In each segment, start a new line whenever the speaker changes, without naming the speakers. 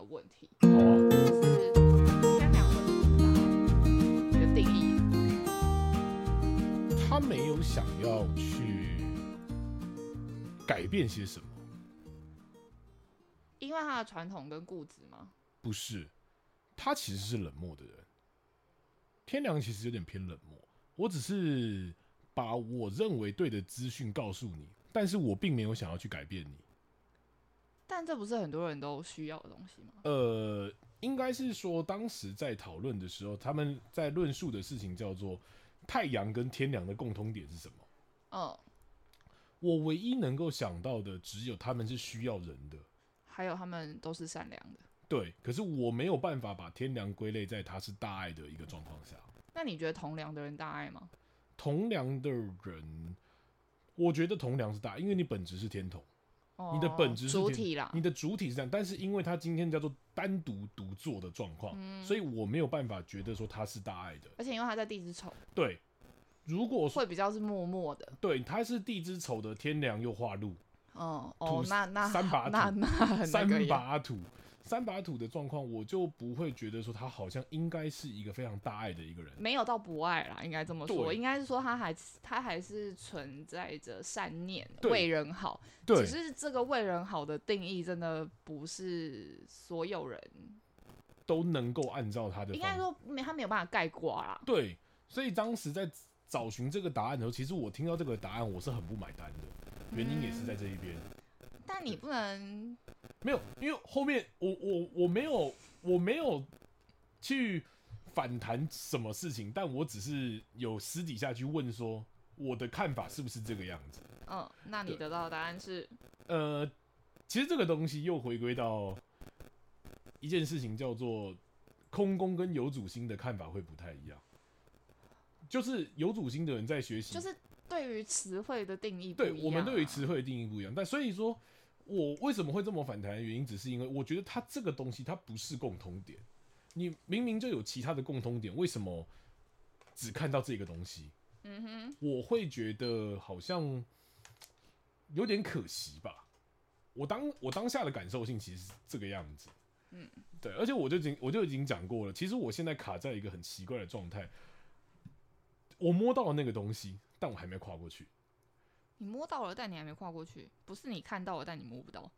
问题，
好啊，
就是应该两个问题吧，一个定义。
他没有想要去改变些什么，
因为他的传统跟固执嘛，
不是，他其实是冷漠的人。天良其实有点偏冷漠，我只是把我认为对的资讯告诉你，但是我并没有想要去改变你。
但这不是很多人都需要的东西吗？
呃，应该是说当时在讨论的时候，他们在论述的事情叫做太阳跟天良的共通点是什么？
嗯，
我唯一能够想到的只有他们是需要人的，
还有他们都是善良的。
对。可是我没有办法把天良归类在他是大爱的一个状况下。
那你觉得同良的人大爱吗？
同良的人，我觉得同良是大，因为你本质是天同，
哦，
你的本质是
主
天
体啦
你，的主体是这样。但是因为他今天叫做单独独坐的状况，
嗯
所以我没有办法觉得说他是大爱的。
而且因为他在地支丑，
对，如果说
会比较是默默的。
对他是地支丑的天良又化禄，
嗯，
土
哦，那那
三把
那
土
那很那
三
个耶。
把土，三把土的状况，我就不会觉得说他好像应该是一个非常大爱的一个人。
没有到博爱啦，应该这么说，
对
应该是说他还他还是存在着善念，
对
为人好。
对
只，是这个为人好的定义真的不是所有人，
都能够按照他的
应
方
该说没他没有办法概括啦。
对，所以当时在找寻这个答案的时候，其实我听到这个答案，我是很不买单的，原因也是在这一边。
但你不能，
没有，因为后面我我我没有我没有去反弹什么事情，但我只是有私底下去问说我的看法是不是这个样子。
嗯，那你
对
得到的答案是，
呃，其实这个东西又回归到一件事情，叫做空宫跟有主星的看法会不太一样。就是有主星的人在学习，
就是对于词汇的定义不一
对
样啊、
我们对于词汇的定义不一样。但所以说我为什么会这么反弹的原因，只是因为我觉得它这个东西它不是共通点。你明明就有其他的共通点，为什么只看到这个东西？
嗯哼，
我会觉得好像有点可惜吧。我当我当下的感受性其实是这个样子，
嗯，
对，而且我就已经我就已经讲过了，其实我现在卡在一个很奇怪的状态，我摸到了那个东西，但我还没跨过去。
你摸到了，但你还没跨过去，不是你看到了，但你摸不到。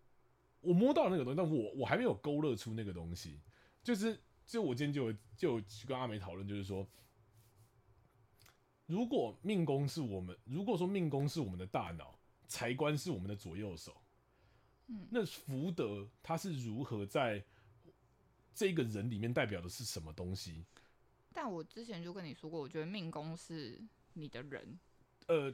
我摸到了那个东西，但我我还没有勾勒出那个东西。就是，就我今天就有就有去跟阿美讨论，就是说，如果命宫是我们，如果说命宫是我们的大脑，财官是我们的左右手，
嗯
那福德它是如何在这个人里面代表的是什么东西？
但我之前就跟你说过，我觉得命宫是你的人，
呃，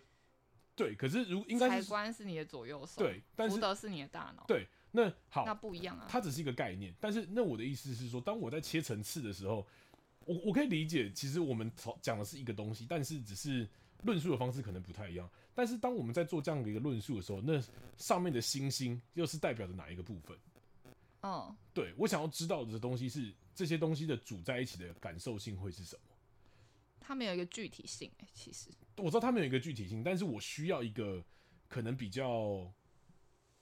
对，可是如应该
财
是
官是你的左右手，
对，但
福
是
德是你的大脑，
对，那好，
那不一样啊。
它只是一个概念。但是那我的意思是说，当我在切层次的时候，我我可以理解，其实我们讨讲的是一个东西，但是只是论述的方式可能不太一样。但是当我们在做这样的一个论述的时候，那上面的星星又是代表着哪一个部分？
嗯，
对我想要知道的东西是这些东西的组在一起的感受性会是什么？
他们有一个具体性、欸，其实
我知道它没有一个具体性，但是我需要一个可能比较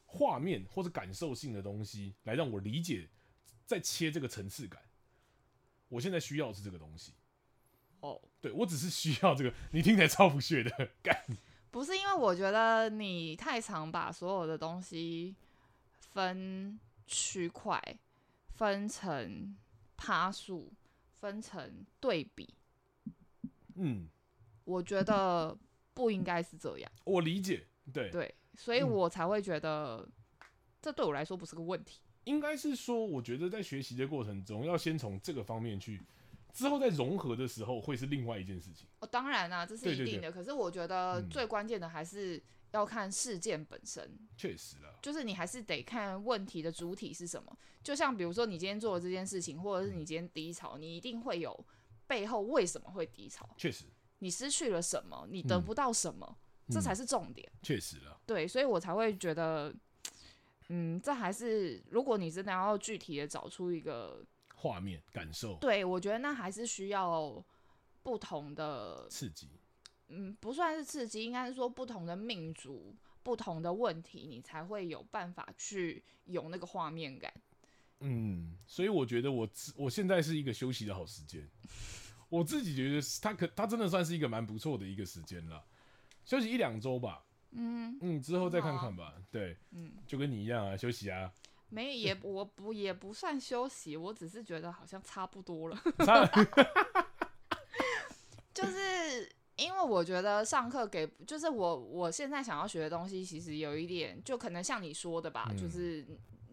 画面或者感受性的东西来让我理解，再切这个层次感。我现在需要的是这个东西，
哦，
对我只是需要这个。你听起来超不屑的，干
不是因为我觉得你太常把所有的东西分区块、分成趴数、分成对比，
嗯，
我觉得不应该是这样。
我理解，对，
对，所以
嗯
我才会觉得这对我来说不是个问题。
应该是说，我觉得在学习的过程中，要先从这个方面去，之后再融合的时候，会是另外一件事情。
哦，当然啦、这是
对
一
对
定的。
对
可是我觉得
嗯
最关键的还是要看事件本身。
确实啦，
就是你还是得看问题的主体是什么。就像比如说你今天做的这件事情，或者是你今天低潮，你一定会有背后为什么会低潮，
确实，
你失去了什么，你得不到什么，这才
嗯
是重点。
确实啦。
对，所以我才会觉得，嗯，这还是如果你真的要具体的找出一个，
画面感受
对我觉得那还是需要不同的，
刺激，
嗯，不算是刺激，应该是说不同的命主。不同的问题，你才会有办法去有那个画面感。
嗯，所以我觉得我自我现在是一个休息的好时间， 我自己觉得是它可它真的算是一个蛮不错的一个时间了，休息一两周吧，
嗯
嗯，之后再看看吧。对，
嗯，
就跟你一样啊，休 息啊，
没也我不也不算休息，我只是觉得好像差不多了。
差
就是因为我觉得上课给，就是我我现在想要学的东西，其实有一点，就可能像你说的吧，
嗯
就是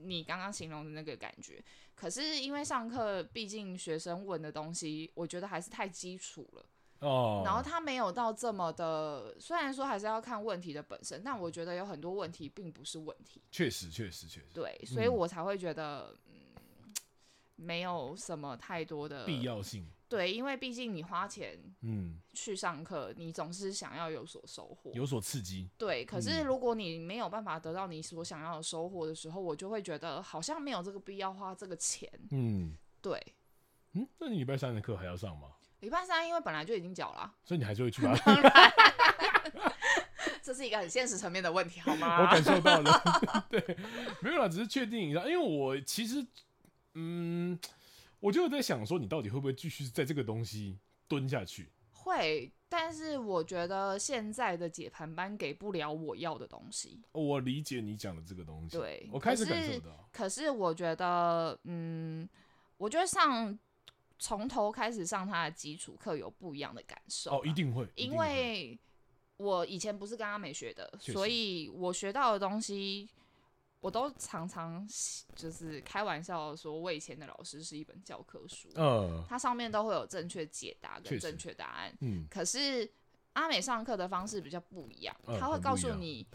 你刚刚形容的那个感觉。可是因为上课，毕竟学生问的东西，我觉得还是太基础了。
哦，
然后他没有到这么的，虽然说还是要看问题的本身，但我觉得有很多问题并不是问题。
确实确实确实
对，所以
嗯
我才会觉得，嗯，没有什么太多的
必。要性，
对，因为毕竟你花钱
嗯，
去上课，你总是想要有所收获。
有所刺激，
对，可是
嗯
如果你没有办法得到你所想要的收获的时候，我就会觉得好像没有这个必要花这个钱。
嗯
对，
嗯，那你礼拜三的课还要上吗？
礼拜三因为本来就已经缴了啊，
所以你还是会去吧？
这是一个很现实层面的问题，好
我
吗？
感受到了，
啊
对，没有啦，只是确定一下，因为我其实，嗯，我就在想说，你到底会不会继续在这个东西蹲下去？
会，但是我觉得现在的解盘班给不了我要的东西。
哦我理解你讲的这个东西，
对
我开始
可
感
是
受到，
可是我觉得，嗯，我觉得上从头开始上他的基础课有不一样的感受
哦，
吧
一定会，一
因
定会
为我以前不是跟阿美学的，
确
所
实
以我学到的东西，我都常常就是开玩笑地说，我以前的老师是一本教科书，
呃，
它上面都会有正确解答
确
跟
实
正确答案。
嗯，
可是阿美上课的方式比较不一样，
嗯
他会
很
告
不一
诉
样
你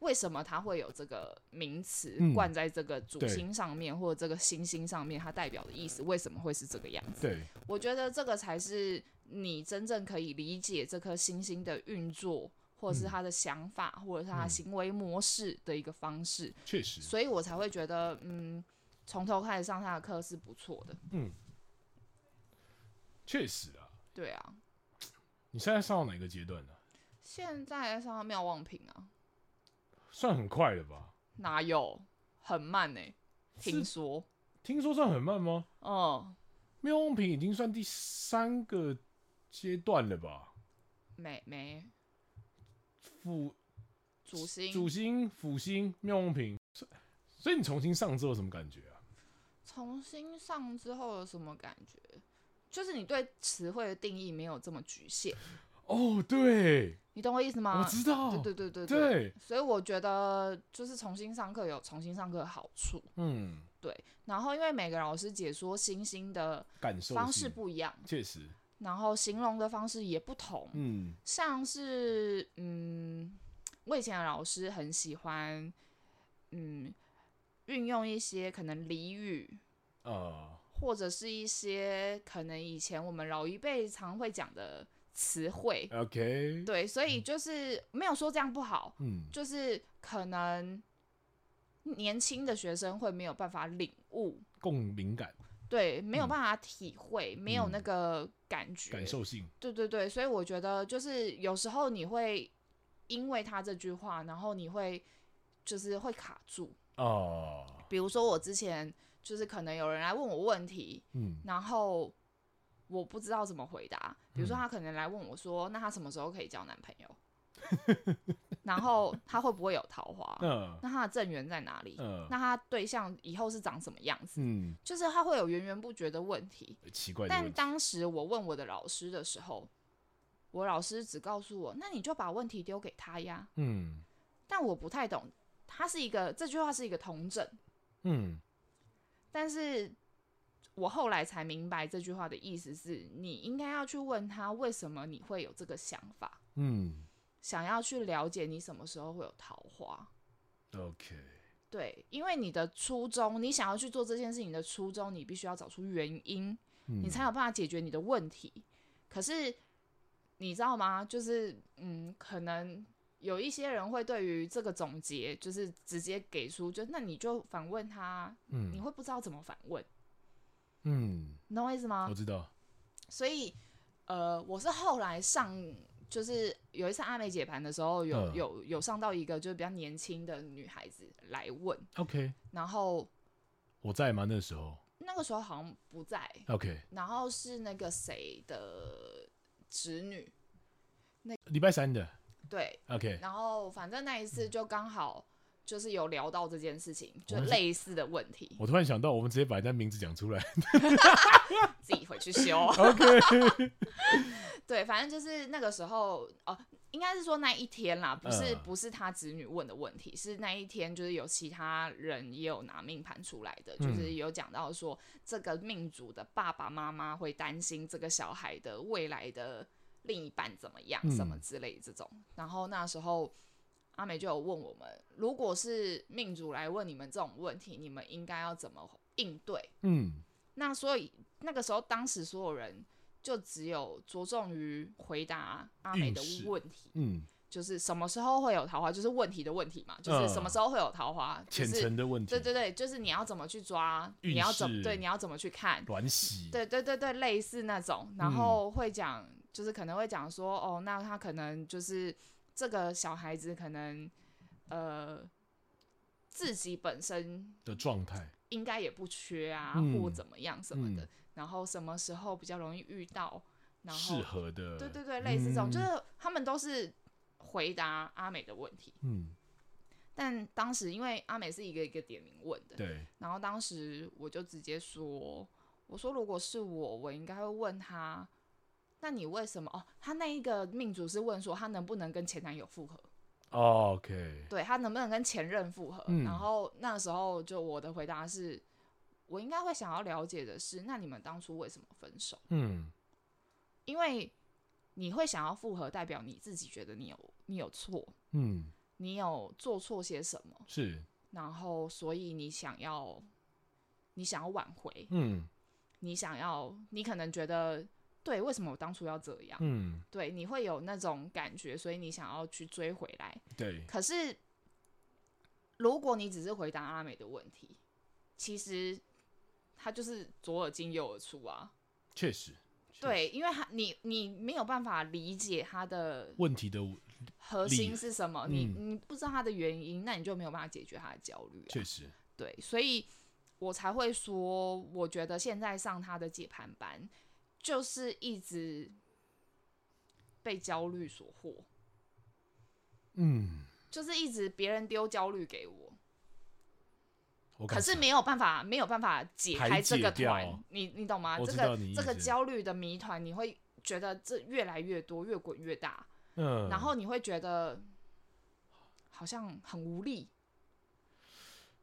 为什么他会有这个名词
嗯
冠在这个主
对
星上面，或者这个星星上面，它代表的意思为什么会是这个样子。
对，
我觉得这个才是你真正可以理解这颗星星的运作，或者是
嗯
他的想法，或者是他
嗯
行为模式的一个方式，
确实，
所以我才会觉得，嗯，从头开始上他的课是不错的。
确实啊。
对啊，
你现在上到哪个阶段呢、
现在上他妙望品啊，
算很快了吧？
哪有很慢呢、
是
听说，
听说算很慢吗？
嗯，
妙用品已经算第三个阶段了吧？
没没
辅
主星，
主星、辅星、妙用品，所所以你重新上之后什么感觉啊？
重新上之后有什么感觉？就是你对词汇的定义没有这么局限，
哦，对，
你懂我意思吗？
我知道，
啊对对对对对。
对
所以我觉得就是重新上课有重新上课的好处，
嗯，
对。然后因为每个老师解说星星的
感受
方
性
式不一样，
确实，
然后形容的方式也不同，
嗯，
像是嗯，我以前的老师很喜欢嗯运用一些可能俚语。
呃，
或者是一些可能以前我们老一辈常会讲的词汇，
OK，
对，所以就是没有说这样不好，
嗯，
就是可能年轻的学生会没有办法领悟，
共鸣感、
对，没有
嗯
办法体会，没有那
嗯
个感觉，
感受性，
对对对，所以我觉得就是有时候你会因为他这句话，然后你会就是会卡住。
哦，
比如说我之前就是可能有人来问我问题，
嗯，
然后我不知道怎么回答。比如说
嗯
他可能来问我说，那他什么时候可以交男朋友？ 然后他会不会有桃花？
那，
嗯那他的正缘在哪里？
嗯
那他对象以后是长什么样子？
嗯，
就是他会有源源不绝的问题。
奇怪的
但
问题，
当时我问我的老师的时候，我老师只告诉我，那你就把问题丢给他呀。
嗯
但我不太懂，他是一个这句话是一个同整，
嗯，
但是我后来才明白这句话的意思是你应该要去问他为什么你会有这个想法，
嗯
想要去了解你什么时候会有桃花。
，OK，
对，因为你的初衷，你想要去做这件事情的初衷，你必须要找出原因，
你
你才有办法解决你的问题。可是你知道吗？就是嗯，可能有一些人会对于这个总结，就是直接给出，就那你就反问他，你
嗯
会不知道怎么反问，
嗯，
你懂我意思吗
我？知道，
所以呃，我是后来上。就是有一次阿美解盘的时候，有
嗯
有有上到一个就是比较年轻的女孩子来问，
OK，
然后
我在吗？那时候
那个时候好像不在，
，OK，
然后是那个谁的侄女，
礼拜三的
对，
，OK，
然后反正那一次就刚好就是有聊到这件事情，就
我们是
类似的问题，
我突然想到，我们直接把人家名字讲出来
自己回去修。
，OK，
对，反正就是那个时候哦、应该是说那一天啦，不是、
嗯
不是他侄女问的问题，是那一天就是有其他人也有拿命盘出来的，
嗯
就是有讲到说这个命主的爸爸妈妈会担心这个小孩的未来的另一半怎么样，什么
嗯
之类这种。然后那时候。阿美就有问我们，如果是命主来问你们这种问题，你们应该要怎么应对？
嗯，
那所以那个时候，当时所有人就只有着重于回答阿美的
运势
问题，
嗯，
就是什么时候会有桃花，就是问题的问题嘛，就是什么时候会有桃花，就
浅
是
层的问题
对，对对，就是你要怎么去抓，
运
你要怎
势
对你要怎么去看，
软洗，
对对对对，类似那种，然后会讲、就是可能会讲说，哦，那他可能就是这个小孩子可能呃自己本身
的状态，
应该也不缺啊，
嗯
或怎么样什么的。
嗯
然后什么时候比较容易遇到，然后
适合的，
对对对，类似这种，
嗯
就是他们都是回答阿美的问题。
嗯，
但当时因为阿美是一个一个点名问的，
对，
然后当时我就直接说，我说如果是我，我应该会问他，那你为什么？哦，他那一个命主是问说他能不能跟前男友复合，
哦，OK，
对他能不能跟前任复合？
嗯
然后那时候就我的回答是，我应该会想要了解的是，那你们当初为什么分手？
嗯，
因为你会想要复合，代表你自己觉得你有你有错，
嗯，
你有做错些什么，
是，
然后所以你想要你想要挽回，
嗯
你想要你可能觉得对，为什么我当初要这样？
嗯，
对，你会有那种感觉，所以你想要去追回来。
对，
可是，如果你只是回答阿美的问题，其实他就是左耳进右耳出啊。
确实，确
对，因为他你你没有办法理解他的
问题的我
核
理
心是什么，你
嗯
你不知道他的原因，那你就没有办法解决他的焦虑、啊
确。实，
对，所以我才会说，我觉得现在上他的解盘班，就是一直被焦虑所惑，
嗯，
就是一直别人丢焦虑给我。
我
可
感
是
受
没有办法，没有办法解
排
开
解
这个
掉
团，你你懂吗？
我
这
知道
个
你意
这个
思
焦虑的谜团，你会觉得这越来越多，越滚越大，
嗯，
然后你会觉得好像很无力，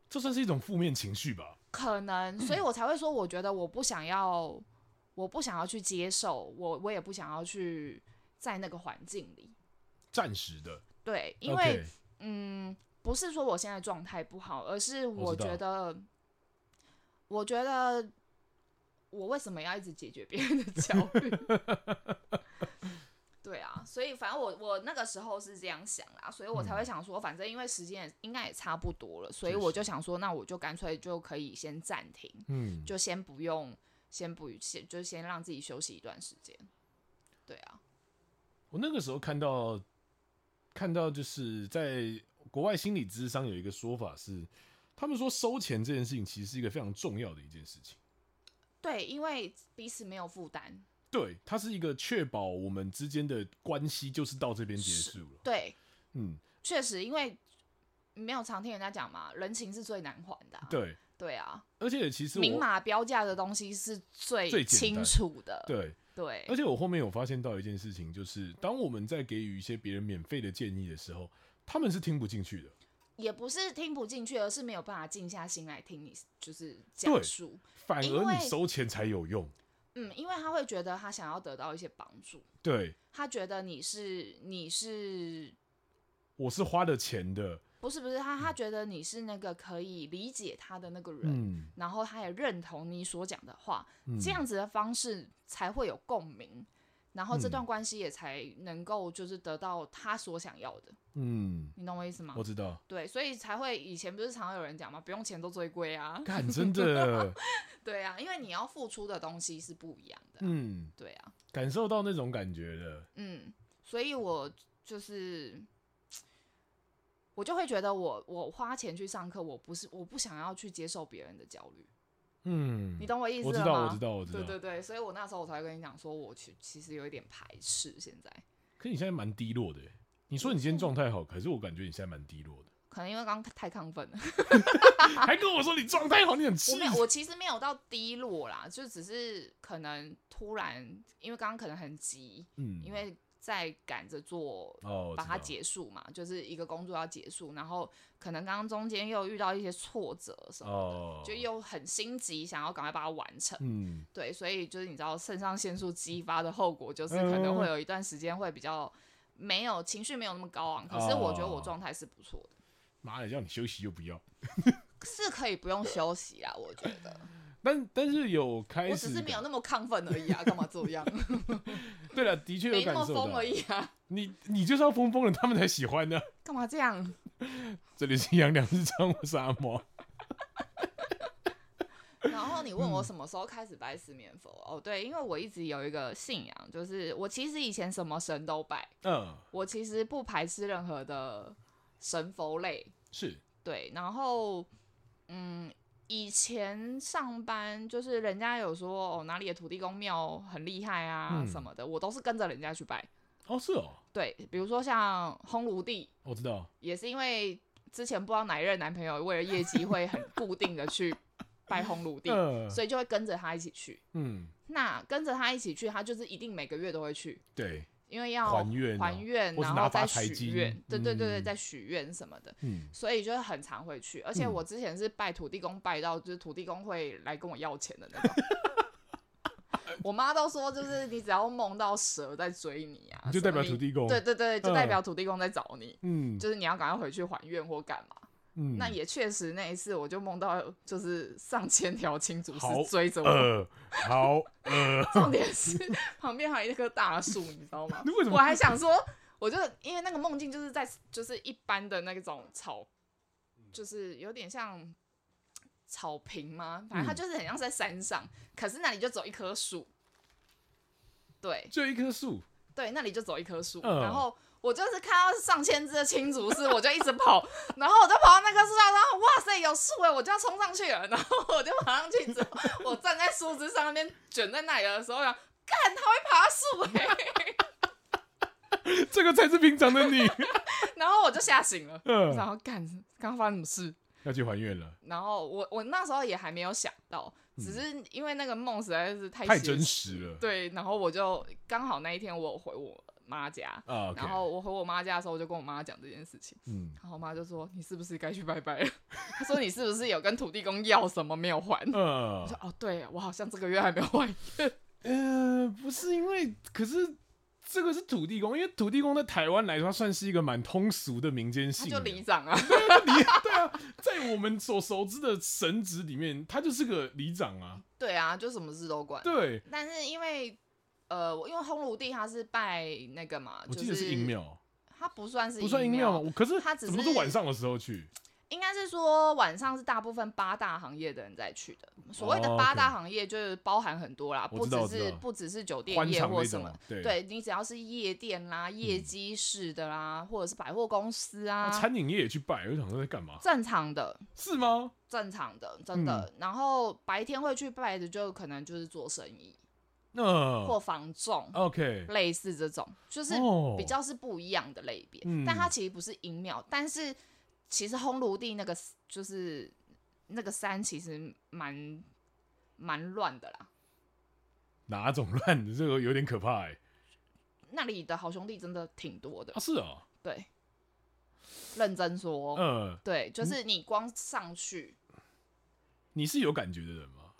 这算是一种负面情绪吧？
可 能，所以我才会说，我觉得我不想要，我不想要去接受，我我也不想要去在那个环境里，
暂时的，
对，因为
OK，
嗯，不是说我现在状态不好，而是我
我知道
觉得，我觉得我为什么要一直解决别人的焦虑？ 对啊，所以反正我我那个时候是这样想啦，所以我才会想说，反正因为时间也应该也差不多了，所以
嗯确
我
实
就想说，那我就干脆就可以先暂停，
嗯，
就先不用，先不先就先让自己休息一段时间。对啊，
我那个时候看到看到就是在国外心理咨商有一个说法是，他们说收钱这件事情其实是一个非常重要的一件事情。
对，因为彼此没有负担，
对，它是一个确保我们之间的关系就是到这边结束了。
对，
嗯，
确实，因为没有常听人家讲嘛，人情是最难还的啊、
对，
对啊，
而且其实
明
我
码标价的东西是最
最简
清
单
楚的。
对，
对
而且我后面有发现到一件事情，就是当我们在给予一些别人免费的建议的时候，他们是听不进去的。
也不是听不进去，而是没有办法静下心来听你就是讲
对
述。
反
因为
而你收钱才有用，
嗯，因为他会觉得他想要得到一些帮助，
对
他觉得你是你是
我是花了钱的，
不是不是他他觉得你是那个可以理解他的那个人，
嗯，
然后他也认同你所讲的话，
嗯
这样子的方式才会有共鸣，然后这
嗯
段关系也才能够就是得到他所想要的，
嗯，
你懂我意思吗
我？知道，
对，所以才会以前不是常有人讲吗？不用钱都最贵啊，
干 真的，
对啊，因为你要付出的东西是不一样的啊，
嗯，
对啊，
感受到那种感觉了，
嗯，所以我就是我就会觉得我我花钱去上课，我不是我不想要去接受别人的焦虑，
嗯
你，懂我意思
我知
了
道，
吗？
我知道，我知
对
道。
对对，所以我那时候我才会跟你讲说，我去其实有一点排斥，现在
可你现在蛮低落的耶，你说你今天状态
嗯
好，可是我感觉你现在蛮低落的，
可能因为刚太亢奋了，
还跟我说你状态好，你很气
我。没有，我其实没有到低落啦，就只是可能突然，因为刚刚可能很急，
嗯，
因为在赶着做
哦，我
把
知
它
道，
结束嘛，就是一个工作要结束，然后可能刚刚中间又遇到一些挫折什么，
哦，
就又很心急，想要赶快把它完成。
嗯，
对，所以就是你知道肾上腺素激发的后果，就是可
嗯
能会有一段时间会比较没有情绪，没有那么高昂。可是我觉得
哦
我状态是不错的，
妈的，让你休息又不要，
是可以不用休息啊，我觉得。
但但是有开始，
我只是没有那么亢奋而已啊，干嘛这 样？
对了，的确
没
有
那
感
么
受
疯
到
而。已啊，
你你就是要疯疯了，他们才喜欢呢。
干嘛这样？
这里是杨良日常，我是阿毛。
然后你问
嗯
我什么时候开始拜四面佛？哦，对，因为我一直有一个信仰，就是我其实以前什么神都拜，
嗯，
我其实不排斥任何的神佛类，
是，
对，然后嗯，以前上班就是人家有说哦哪里的土地公庙很厉害啊
嗯
什么的，我都是跟着人家去拜。
哦，是哦，
对，比如说像烘炉地，
我知道，
也是因为之前不知道哪一任男朋友为了业绩会很固定的去拜烘炉地，
嗯
所以就会跟着他一起去。
嗯，
那跟着他一起去，他就是一定每个月都会去，
对，
因为要
还愿啊
还愿
或是
然
拿
后
发
再
财
许
金
愿，对对对对，
嗯
再许愿什么的。
嗯，
所以就是很常会去，而且
嗯
我之前是拜土地公拜到，就是土地公会来跟我要钱的那种。 我妈都说，就是你只要梦到蛇在追你啊，
就
什
代
么
表
你
土地公，
对对对，就代表土地公在找你，
嗯
就是你要赶快回去还愿或干嘛。
嗯，
那也确实那一次，我就梦到就是上千条青竹
好
是追着我，
呃，好呃，
重点是旁边还有一棵大树，你知道吗
你为什？么
我还想说，我就因为那个梦境就是在就是一般的那种草，就是有点像草坪吗？反正它
嗯
就是很像在山上，可是那里就只有一棵树。对
就一棵树，
对，那里就只有一棵树，
嗯
然后。我就是看到上千只的青竹丝，我就一直跑，然后我就跑到那棵树上，然后哇塞有树哎，我就要冲上去了，然后我就爬上去之后，我站在树枝上那边卷在那里的时候，我想干它会爬树哎、
这个才是平常的 你，
然后我就吓醒了，然
嗯，
后干刚刚发生什么事？
要去还愿了，
然后我我那时候也还没有想到，只是因为那个梦实在是太
嗯太
写
真
实
实了，
对，然后我就刚好那一天我有回我妈家，
啊，OK，
然后我回我妈家的时候，我就跟我妈讲这件事情。
嗯
然后我妈就说：“你是不是该去拜拜了？” 她说：“你是不是有跟土地公要什么没有还？”我说
呃：“
哦，对我好像这个月还没有还。
呃，不是因为，可是。这个是土地公，因为土地公在台湾来说，它算是一个蛮通俗的民间”
他
信
就
仰。
里长啊，
对啊，在我们所熟知的神职里面，他就是个里长啊。
对啊，就什么事都管。
对，
但是因为呃，我因为烘炉地他是拜那个嘛，
我
就
记得是阴，庙，
它不算是
不算阴庙吗？我可是
它只
怎么
是
是晚上的时候去？
应该是说晚上是大部分八大行业的人在去的。所谓
哦
的
，OK
八大行业就是包含很多啦，
我
不
知道
只
我知
是
道
不只是酒店
欢
业
场
或
那
什
种
么
啊，，对，嗯
对你只要是夜店啦、夜机室的啦，或者是百货公司啊，
那餐饮业也去拜，我想说在干嘛？
正常的。
是吗？
正常的，真的。
嗯
然后白天会去拜的，就可能就是做生意、
那、
或房仲，
嗯 OK，
类似这种，就是
哦
比较是不一样的类别。
嗯
但它其实不是阴庙，但是其实烘炉地那个就是那个山，其实蛮蛮乱的啦。
哪种乱？这个有点可怕哎、
那里的好兄弟真的挺多的
啊，，是啊，
对，认真说，
嗯，
对，就是你光上去，
你是有感觉的人吗？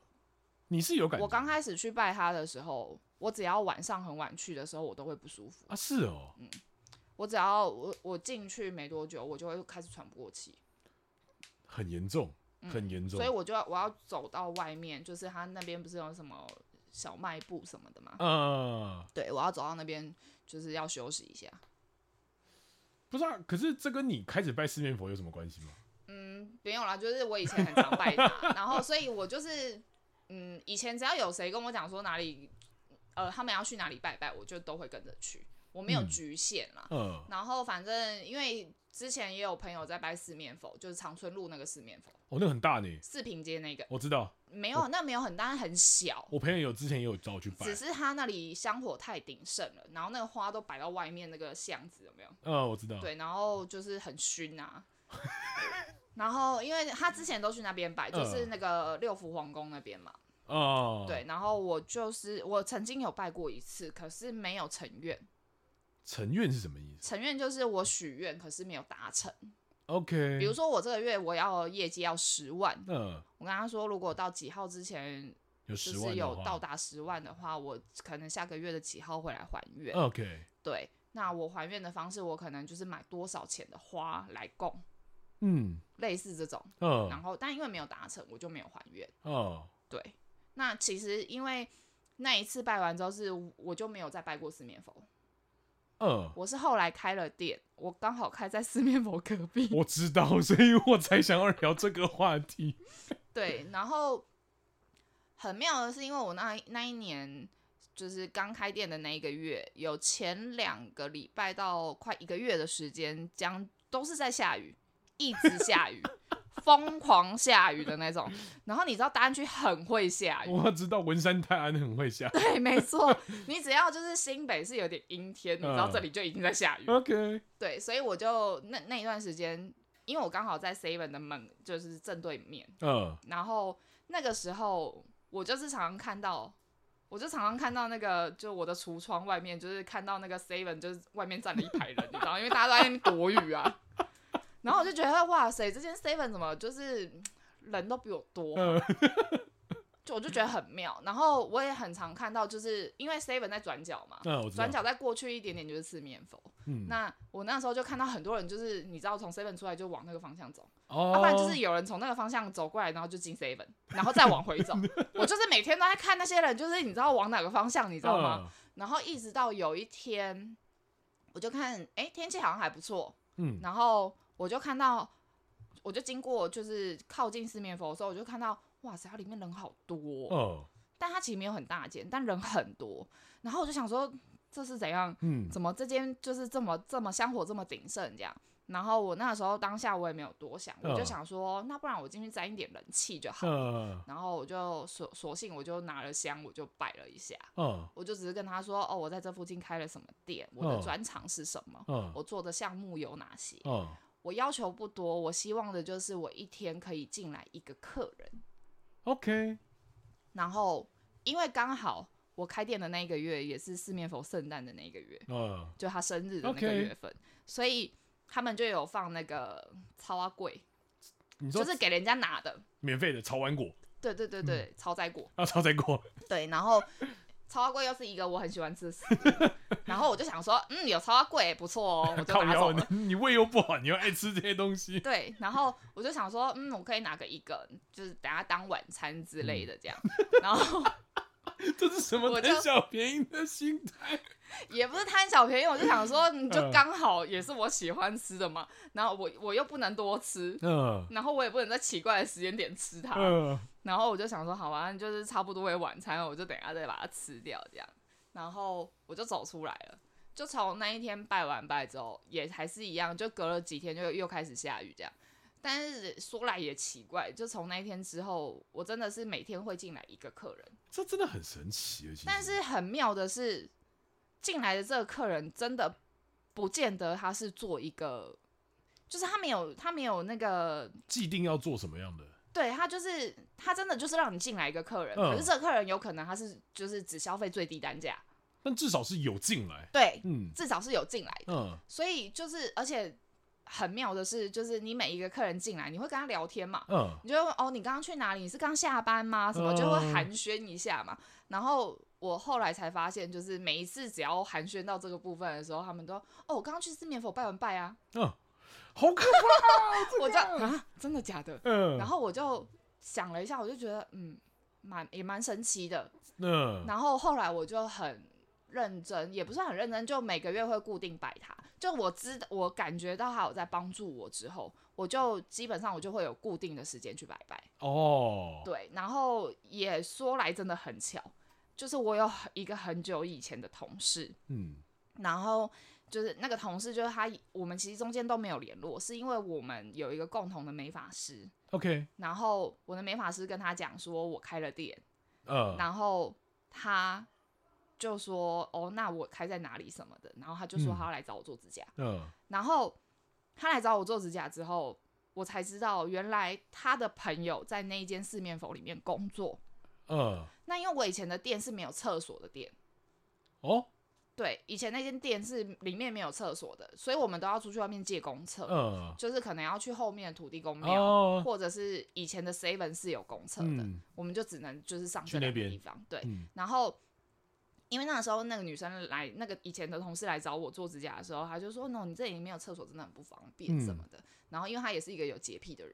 你是有感觉？
我刚开始去拜他的时候，我只要晚上很晚去的时候，我都会不舒服。
啊，是哦，
嗯我只要我我进去没多久，我就会开始喘不过气，
很严重，很严
嗯
重。
所以我就要我要走到外面，就是他那边不是有什么小卖部什么的嘛？
啊，
对，我要走到那边就是要休息一下。
不是啊，可是这跟你开始拜四面佛有什么关系吗？
嗯，没有啦，就是我以前很常拜他， 然后所以我就是嗯，以前只要有谁跟我讲说哪里呃他们要去哪里拜拜，我就都会跟着去，我没有
嗯
局限啦。
嗯，
然后反正因为之前也有朋友在掰四面佛，就是长春路那个四面佛，
哦，那很大呢，
四平街那个
我知道，
没有，那没有很大，很小，
我朋友有之前也有找我去拜
只，是他那里香火太鼎盛了，然后那个花都摆到外面那个巷子，有没有？
嗯，我知道，
对，然后就是很熏啊。然后，因为他之前都去那边摆，就是
嗯
那个六福皇宫那边嘛。
哦，
对，，然后我就是我曾经有拜过一次，可是没有成愿。
成愿是什么意思
成愿就是我许愿，可是没有达成。
嗯？OK，
比如说我这个月我要业绩要十万，
嗯，
我跟他说如果到几号之前
有
就
十
是
万
有
的
到
话
达十万的话，我可能下个月的几号会来还愿。
，OK，
对，那我还愿的方式，我可能就是买多少钱的花来供，
嗯
类似这种。然
嗯
后，但因为没有达成，我就没有还愿。
嗯，
对，那其实因为那一次拜完之后是，我就没有再拜过四面佛。
嗯，
我是后来开了店，我刚好开在四面佛隔壁。
我知道，所以我才想要聊这个话题。
对，然后很妙的是，因为我那那一年就是刚开店的那一个月，有前两个礼拜到快一个月的时间，将都是在下雨，一直下雨， 疯狂下雨的那种。然后你知道大安区很会下雨。
我知道文山泰安很会下
对，没错，你只要就是新北是有点阴天，你知道
嗯
这里就已经在下雨了。
，OK，
对，所以我就那那一段时间，因为我刚好在 Seven 的门就是正对面，
嗯
然后那个时候我就是常常看到，我就常常看到那个就我的橱窗外面，就是看到那个 Seven 就是外面站了一排人，你知道，因为大家都在那边躲雨啊。 然后我就觉得哇塞，这间 Seven 怎么就是嗯人都比我多，
嗯
就我就觉得很妙。然后我也很常看到，就是因为 Seven 在转角嘛，
嗯，我知
转
道，
角再过去一点点就是四面佛。
嗯，
那我那时候就看到很多人，就是你知道从 seven 出来就往那个方向走，要、
哦，
啊不然就是有人从那个方向走过来，然后就进 seven，然后再往回走。我就是每天都在看那些人，就是你知道往哪个方向，你
你
知道吗？？然后一直到有一天，我就看，哎、天气好像还不错，
嗯，
然后我就看到，我就经过就是靠近四面佛的时候，我就看到，哇塞，它里面人好多哦、
哦，
但它其实没有很大间，但人很多。然后我就想说，这是怎样？
嗯，
怎么这间就是这么这么香火这么鼎盛这样？然后我那时候当下我也没有多想，我就
嗯
想说，那不然我进去沾一点人气就好。
嗯
然后我就索索性我就拿了香，我就拜了一下，
嗯
我就只是跟他说，哦，我在这附近开了什么店，我的
嗯
专长是什么，
嗯
我做的项目有哪些。
嗯，
我要求不多，我希望的就是我一天可以进来一个客人。
OK，
然后因为刚好我开店的那一个月也是四面佛圣诞的那一个月，
嗯
就他生日的那个
OK
月份所以他们就有放那个超阿贵，
你说
就是给人家拿的，
免费的炒完果
对对对对，超仔果，
啊，炒仔果，
对，然后 超阿贵又是一个我很喜欢吃的食物， 然后我就想说，嗯，有超阿贵不错哦，我就
靠
拿走
腰，
了。
你你胃又不好，你又爱吃这些东西，
对，然后我就想说，嗯，我可以拿个一个，就是等下当晚餐之类
嗯
的这样。然后
这是什么
我就
贪小便宜的心态？
也不是贪小便宜，我就想说，你就刚好也是我喜欢吃的嘛。然后我我又不能多吃，
嗯
然后我也不能在奇怪的时间点吃它。
嗯
然后我就想说，好吧，就是差不多也晚餐了，我就等一下再把它吃掉这样。然后我就走出来了，就从那一天拜完拜之后，也还是一样，就隔了几天就又开始下雨这样。但是说来也奇怪，就从那一天之后，我真的是每天会进来一个客人，
这真的很神奇，其实
但是很妙的是，进来的这个客人真的不见得他是做一个，就是他没有他没有那个
既定要做什么样的？
对他就是他真的就是让你进来一个客人，
嗯
可是这个客人有可能他是就是只消费最低单价，
但至少是有进来，
对，
嗯
至少是有进来的。
嗯
所以就是而且很妙的是，就是你每一个客人进来，你会跟他聊天嘛，
嗯
你就会问哦，你刚刚去哪里？你是刚下班吗？什么就会
嗯
寒暄一下嘛。然后我后来才发现，就是每一次只要寒暄到这个部分的时候，他们都哦，我刚刚去四面佛拜完拜啊，
嗯，好可
我就啊，真的假的？
嗯，
然后我就想了一下，我就觉得嗯，蛮也蛮神奇的。
嗯
然后后来我就很认真，也不是很认真，就每个月会固定摆它。就我知道，我感觉到它有在帮助我之后，我就基本上我就会有固定的时间去摆摆。
哦，
对，然后也说来真的很巧，就是我有一个很久以前的同事，
嗯
然后就是那个同事，就是他，我们其实中间都没有联络，是因为我们有一个共同的美发师，
OK，
然后我的美发师跟他讲说我开了店，
呃，
然后他就说哦，那我开在哪里什么的，然后他就说
嗯
他要来找我做指甲，
嗯，
然后他来找我做指甲之后，我才知道原来他的朋友在那一间四面佛里面工作。
嗯，
那因为我以前的店是没有厕所的店，
哦，
对，以前那间店是里面没有厕所的，所以我们都要出去外面借公厕，
嗯，
就是可能要去后面的土地公庙，
哦，
或者是以前的 Seven 是有公厕的，
嗯，
我们就只能就是上
去
这
那
两个
边
地方。对，
嗯，
然后因为那个时候那个女生来，那个以前的同事来找我做指甲的时候，她就说：“no，你这里没有厕所，真的很不方便
嗯
什么的。然后因为她也是一个有洁癖的人，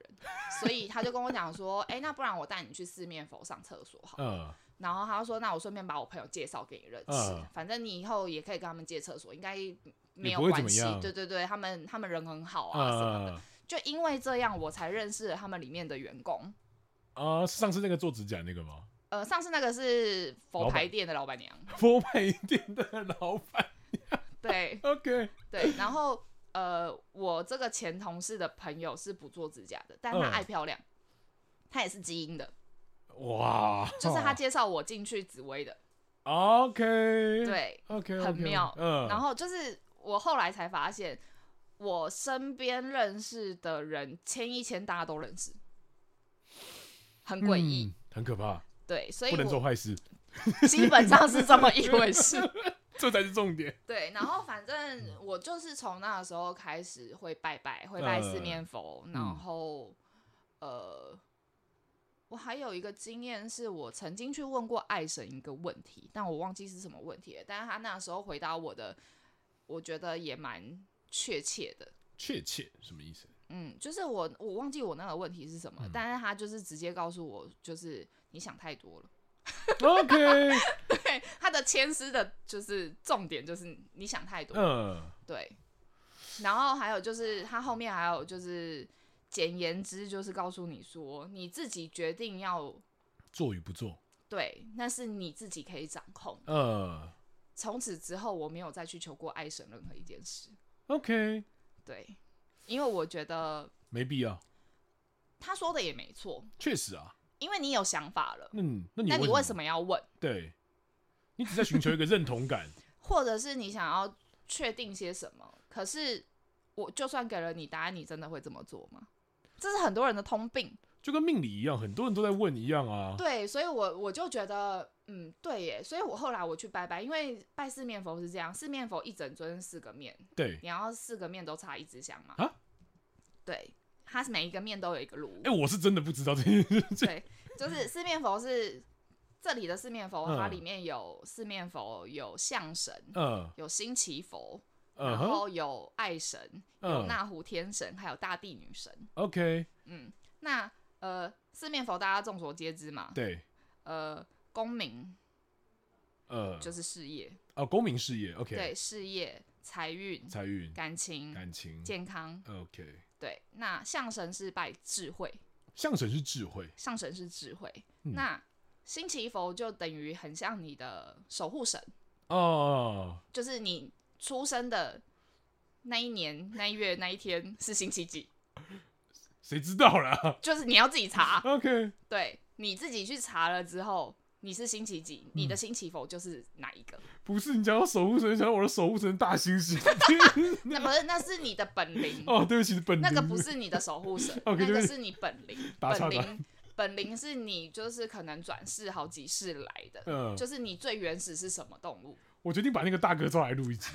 所以她就跟我讲说：“哎、那不然我带你去四面佛上厕所好了。
嗯，
然后她就说：“那我顺便把我朋友介绍给你认识，
嗯
反正你以后也可以跟他们借厕所，应该没有
不会怎
关
么
系。
样
对对对，他们他们人很好啊什么的。
啊，
就因为这样，我才认识了他们里面的员工。
啊，上次那个做指甲那个吗？
呃，上次那个是佛
老板
牌店的老板娘，
佛牌店的老板
对。
，OK，
对，然后呃，我这个前同事的朋友是不做指甲的，但她
嗯
爱漂亮，她也是基因的，
哇，
就是她介绍我进去紫薇的，
，OK，
对。
，OK，
很妙
嗯，
然后就是我后来才发现，我身边认识的人牵一牵大家都认识，很诡异。
嗯，很可怕，
对，所以
不能做
我
坏事，
基本上是这么一回事。
这才是重点。
对，然后反正我就是从那个时候开始会拜拜，会拜四面佛，然后、呃，我还有一个经验是我曾经去问过爱神一个问题，但我忘记是什么问题了，但是他那时候回答我的，我觉得也蛮确切的。
确切什么意 思？
嗯，就是我我忘记我那个问题是什么，但是他就是直接告诉我，就是你想太多了。
OK，
对，他的牵丝的就是重点就是你想太多了
嗯，
对，然后还有就是他后面还有就是，简言之就是告诉你说，你自己决定要
做与不做，
对，那是你自己可以掌控。
嗯
从此之后，我没有再去求过爱神任何一件事，
，OK，
对，因为我觉得
没必要，
他说的也没错，
确实啊。
因为你有想法了，
那你那你
那你为什
么？
么要问，
对，你只在寻求一个认同感。
或者是你想要确定些什么？可是我就算给了你答案，你真的会这么做吗？这是很多人的通病。
就跟命理一样，很多人都在问一样啊。
对，所以我我就觉得，嗯，对耶，所以我后来我去拜拜，因为拜四面佛是这样，四面佛一整尊四个面，
对，
你要四个面都插一支香嘛。
啊？
对，它是每一个面都有一个炉
哎、，我是真的不知道这件事。
对，就是四面佛是这里的四面佛，它
嗯
里面有四面佛，有象神，
嗯
有星旗佛，
嗯
然
哼
后有爱神，有
嗯
那狐天神，还有大地女神。
，OK，
嗯，那呃，四面佛大家众所皆知嘛，
对，
呃，功名。
呃，
就是事业，
哦，公民事业，OK，
对事业、财运、
财运、
感情、
感情
健康，
，OK，
对。那象神是拜智慧，
相神是智慧，
象神是智慧。
嗯
那星期佛就等于很像你的守护神，
哦，
就是你出生的那一年、那一月、那一天是星期几，
谁知道啦
就是你要自己查，
？OK，
对，你自己去查了之后。你是星期几？
嗯
你的星期佛就是哪一个？
不是你讲到守护神，想到我的守护神大猩猩。
那不是，那是你的本灵。
哦，对不起，本
那个
灵，
不是你的守护神
OK，
那
对
个
不
是你本灵，
打岔
本
打
灵，本灵是你就是可能转世好几世来的，
嗯
就是你最原始是什么动物？
我决定把那个大哥招来录一集。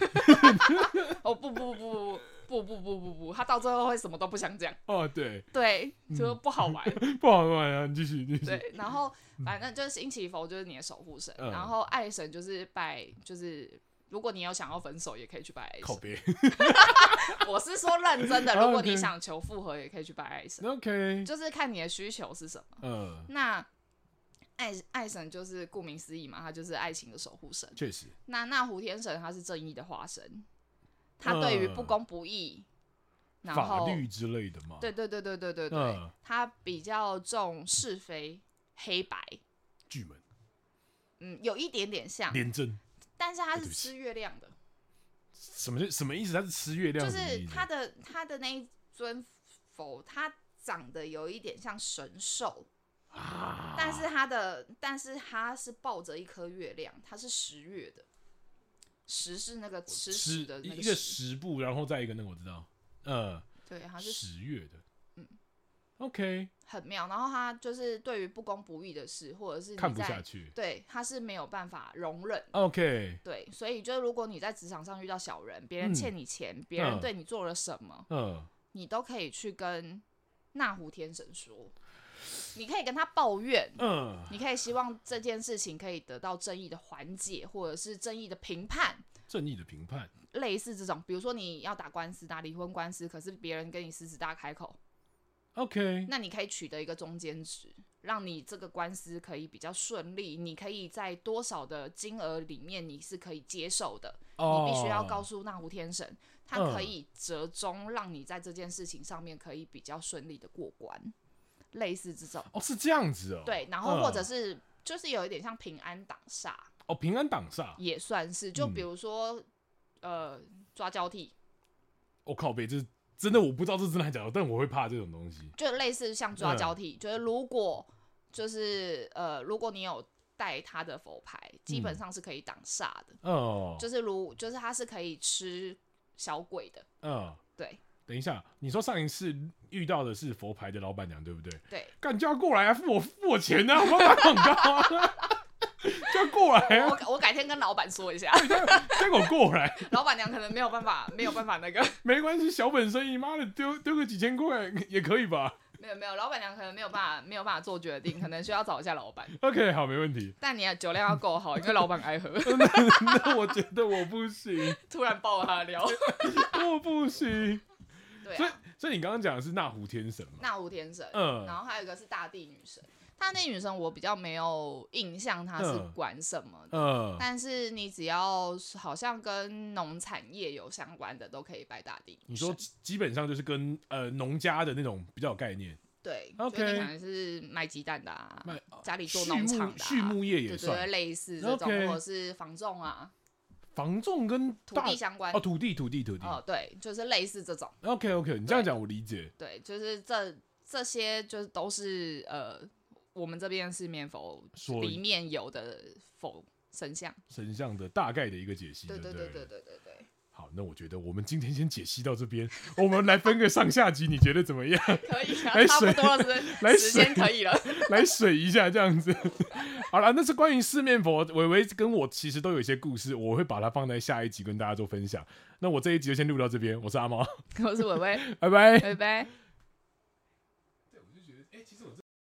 哦不不不不不不不不不，他到最后会什么都不想讲，
哦，对，
对，
嗯
就不好 玩，
不好玩啊，你继续，你继续。
对，然后反正就是星期佛就是你的守护神，
嗯
然后爱神就是拜就是。如果你有想要分手，也可以去拜爱
靠
神。
别
我是说认真 的，如果你
啊 OK
想求复合，也可以去拜爱神，
，OK，
就是看你的需求是什么。
嗯，
那爱爱神就是顾名思义嘛，他就是爱情的守护神。
确实，
那那胡天神他是正义的化身，他对于不公不义，然
法
后
律之类的嘛，
对对对对对对对，
嗯
他比较重是非黑白，
巨门
嗯，有一点点像，
廉政
但是他
哎对
是
不起
吃月亮的，
什么就什么意思？他是吃月亮
就
什么
是
意思？
他的他的那一尊佛，他长得有一点像神兽，
啊，
但是他的但是他是抱着一颗月亮，他是十月的，十是那个吃屎
十
的
一
那
一个
十，
十步，然后再一个那个我知道，呃，
对，他是
十月的，
嗯
，OK，
很妙。然后他就是对于不公不义的事，或者是你
看不
在
下去
对，他是没有办法容忍。
，OK，
对，所以就是如果你在职场上遇到小人，别人
嗯
欠你钱，别、人
嗯
对你做了什么，
嗯，
你都可以去跟那狐天神说，你可以跟他抱怨，
嗯，
你可以希望这件事情可以得到正义的缓解，或者是正义的评判。
正义的评判，
类似这种，比如说你要打官司，打离婚官司，可是别人跟你狮子大开口，
OK，
那你可以取得一个中间值，让你这个官司可以比较顺利，你可以在多少的金额里面你是可以接受的，
哦，
你必须要告诉那狐天神，他
嗯
可以折中，让你在这件事情上面可以比较顺利的过关，类似这种。
哦，是这样子哦，
对，然后或者
嗯
是、就是有一点像平安挡煞，
哦，平安挡煞，
也算是，就
嗯
比如说、呃抓交替，
我、靠北，这真的我不知道这真的还假的，但我会怕这种东西。
就类似像抓
嗯
交替，就是如果就是呃如果你有带他的佛牌，基本
嗯
上是可以挡煞的，
哦，
就是如就是它是可以吃小鬼的，
嗯，
对
等一下，你说上一次遇到的是佛牌的老板娘，对不对？
对。
干叫她过来啊，付我付我钱啊，我要打广告 啊，叫她过来 啊，
我我改天跟老板说一下，
叫我过来，
老板娘可能没有办法，没有办法那个，
没关系，小本生意，妈的丢丢个几千块也可以吧
没有没有，老板娘可能没有办法，没有办法做决定，可能需要找一下老板。
？OK，好，没问题。
但你的酒量要够好，因为老板爱喝，
那我觉得我不行，
突然爆了他的料。
我不行。
对
所以
啊，，
所以你刚刚讲的是那狐天神嘛？
那无天神，
嗯
然后还有一个是大地女神。大地女神我比较没有印象，她是
嗯
管什么的。
嗯，
但是你只要是好像跟农产业有相关的，都可以拜大地女
你
神。
说基基本上就是跟呃农家的那种比较有概念，
对
OK
就你可能是卖鸡蛋的、啊，
卖
家里做
畜
农场
牧
的、
畜
啊，
牧业
对
也
对
算
对，，类似这种
OK
或者是房仲啊，
房仲跟
土
大
地相关
哦。土地土地土地。
哦，对，就是类似这种，
OK OK，你这样讲我理解。
对，就是这这些就是都是呃，我们这边是面佛
所
里面有的佛神像。
神像的大概的一个解析，
对
对
对
不
对对对对对，
好，那我觉得我们今天先解析到这边， 我们来分个上下集，你觉得怎么样？
可以啊，
来
差不
水
多了是不
来
是，时间
水
可以了。
来水一下这样子。 好了，那是关于四面佛，伟伟跟我其实都有一些故事，我会把它放在下一集跟大家做分享。那我这一集就先录到这边，我是阿毛，
我是伟伟，
拜拜。
拜拜。